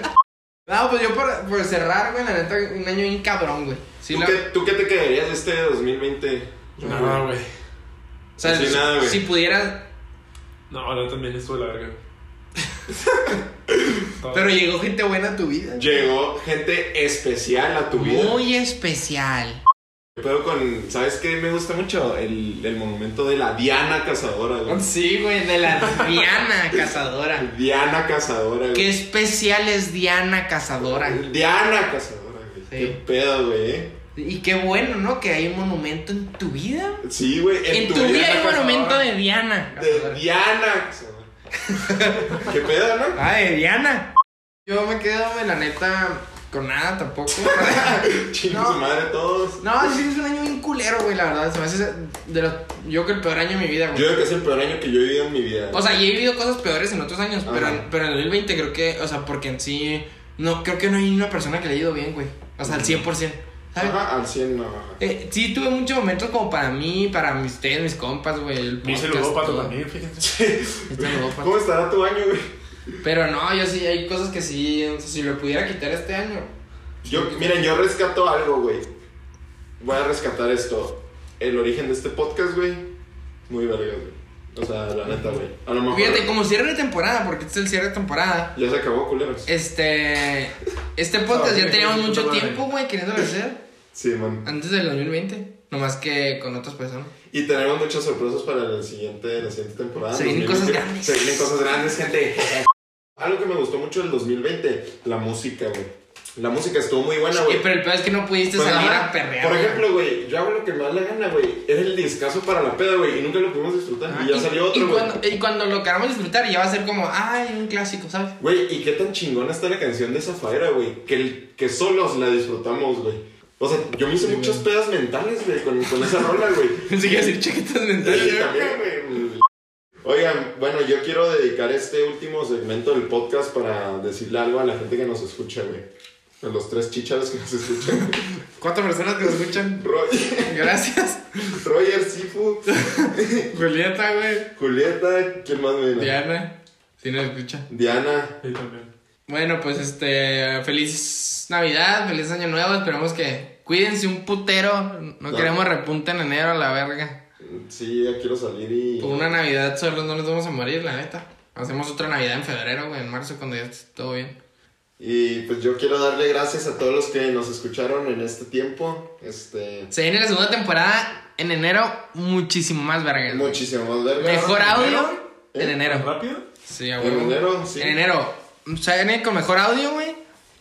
S1: Ah, No, pues yo por, por cerrar, güey, la neta, un año bien cabrón, güey. Sí,
S2: ¿Tú,
S1: la-
S2: qué, tú qué te quedarías de este 2020?
S3: Nada, güey.
S1: o sea,
S2: Sí,
S1: si,
S2: nada, güey.
S1: si pudiera.
S3: No, ahora también estuvo de la verga. Todo.
S1: Pero llegó gente buena a tu vida.
S2: Llegó gente especial a tu vida.
S4: Muy especial.
S2: Pero con, ¿sabes qué? Me gusta mucho el, el monumento de la Diana Cazadora, güey.
S1: Sí, güey, de la
S4: Diana Cazadora.
S2: Diana Cazadora,
S4: Qué
S2: güey.
S4: especial es Diana Cazadora.
S2: Diana Cazadora, güey. Qué pedo, güey. eh.
S4: Y qué bueno, ¿no? Que hay un monumento en tu vida.
S2: Sí, güey.
S4: En, tu, vida
S2: Diana
S4: hay un monumento
S2: Cazadora.
S4: de Diana.
S2: de Diana Cazadora. qué pedo, ¿no?
S4: Ah, de Diana.
S1: Yo me quedo, güey, la neta, con nada tampoco.
S2: Chingue
S1: No.
S2: su madre a todos.
S1: no, sí, es un año bien culero, güey, la verdad. Se me hace de los- yo creo que el peor año de mi vida,
S2: Yo
S1: güey.
S2: creo que es el peor año que yo he vivido en mi vida.
S1: O sea, ya he vivido cosas peores en otros años, pero,
S2: Ajá.
S1: pero en el 2020 creo que, o sea, porque en sí, no, creo que no hay una persona que le haya ido bien, güey. O sea, al 100%. ¿sabes?
S2: Ajá, al 100 no. ajá.
S1: Eh, sí, tuve muchos momentos como para mí, para mis- ustedes, mis compas, güey. el
S3: Me hice
S1: podcast,
S3: luego pato
S1: todo.
S3: también, fíjense.
S1: Este lo dopa.
S2: ¿Cómo estará tu año, güey?
S1: Pero no, yo sí, hay cosas que sí, o sea, si lo pudiera quitar este año.
S2: Yo, miren, yo rescato algo, güey. Voy a rescatar esto. El origen de este podcast, güey. Muy verga, güey. O sea, la neta, güey. A lo mejor.
S1: Fíjate, como cierre de temporada, porque este es el cierre de temporada.
S2: Ya se acabó, culeros.
S1: Este. Este podcast
S3: Ah,
S1: ya teníamos
S3: sí,
S1: mucho
S3: sí,
S1: tiempo, güey, queriéndolo hacer.
S2: Sí, man.
S1: Antes del 2020. Nomás que con otras personas.
S2: Y tenemos muchas sorpresas para el siguiente, la siguiente temporada.
S1: Se vienen cosas
S2: 2020.
S1: grandes.
S2: Se vienen cosas grandes, gente. Algo que me gustó mucho del 2020, la música, güey. La música estuvo muy buena, güey.
S1: Eh, pero el peor es que no pudiste
S2: Pues,
S1: salir
S2: ajá.
S1: a perrear.
S2: Por
S1: güey.
S2: ejemplo, güey, yo hago lo que me da la gana, güey. Era el discazo para la peda, güey, y nunca lo pudimos disfrutar.
S1: Ah,
S2: y ya salió otro,
S1: y
S2: güey.
S1: cuando, y cuando lo queramos disfrutar, ya va a ser como, ay, un clásico, ¿sabes?
S2: Güey, ¿y qué tan chingona está la canción de Zafaera, güey? Que, el- que solos la disfrutamos, güey. O sea, yo me hice muchas pedas mentales, güey, con, con esa rola, güey.
S1: Pensé que iba a decir chaquetas mentales.
S2: Y también, güey. Oigan, bueno, yo quiero dedicar este último segmento del podcast para decirle algo a la gente que nos escucha, güey. A los tres chicharos que nos escuchan. güey.
S1: Cuatro personas que nos escuchan.
S2: Roy-
S1: Gracias.
S2: Roger, Sifu,
S1: Julieta, güey.
S2: Julieta, ¿quién más me viene?
S1: Diana. Si nos escucha.
S2: Diana.
S3: Sí, también.
S1: Bueno, pues este, feliz Navidad, feliz Año Nuevo, esperemos que cuídense un putero, no
S2: Claro.
S1: queremos repunte en enero a la verga.
S2: Sí, ya quiero salir y.
S1: Por una Navidad solo no nos vamos a morir, la neta. Hacemos otra Navidad en febrero, güey, en marzo cuando ya esté todo bien.
S2: Y pues yo quiero darle gracias a todos los que nos escucharon en este tiempo. Este.
S1: Se viene la segunda temporada en enero, muchísimo más verga.
S2: Muchísimo más verga.
S1: Mejor
S2: ¿En
S1: audio
S2: enero?
S1: en
S2: ¿Eh?
S1: enero.
S3: ¿Rápido?
S1: Sí, a
S2: En
S1: huevo.
S2: enero, sí.
S1: En enero, se viene con mejor audio, güey.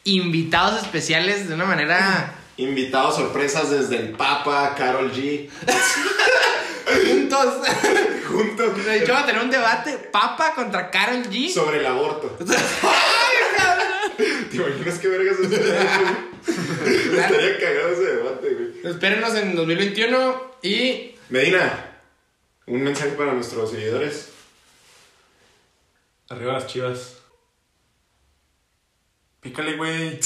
S1: Invitados especiales de una manera...
S2: Invitados sorpresas desde el Papa, Carol G.
S1: Juntos.
S2: Juntos.
S1: De hecho, va a tener un debate, Papa contra Carol G.
S2: Sobre el aborto. ¿Te imaginas qué vergas es eso? Estaría cagado ese debate, güey.
S1: Espérenos en 2021 y
S2: Medina, un mensaje para nuestros seguidores.
S3: Arriba las chivas. Pícale, güey.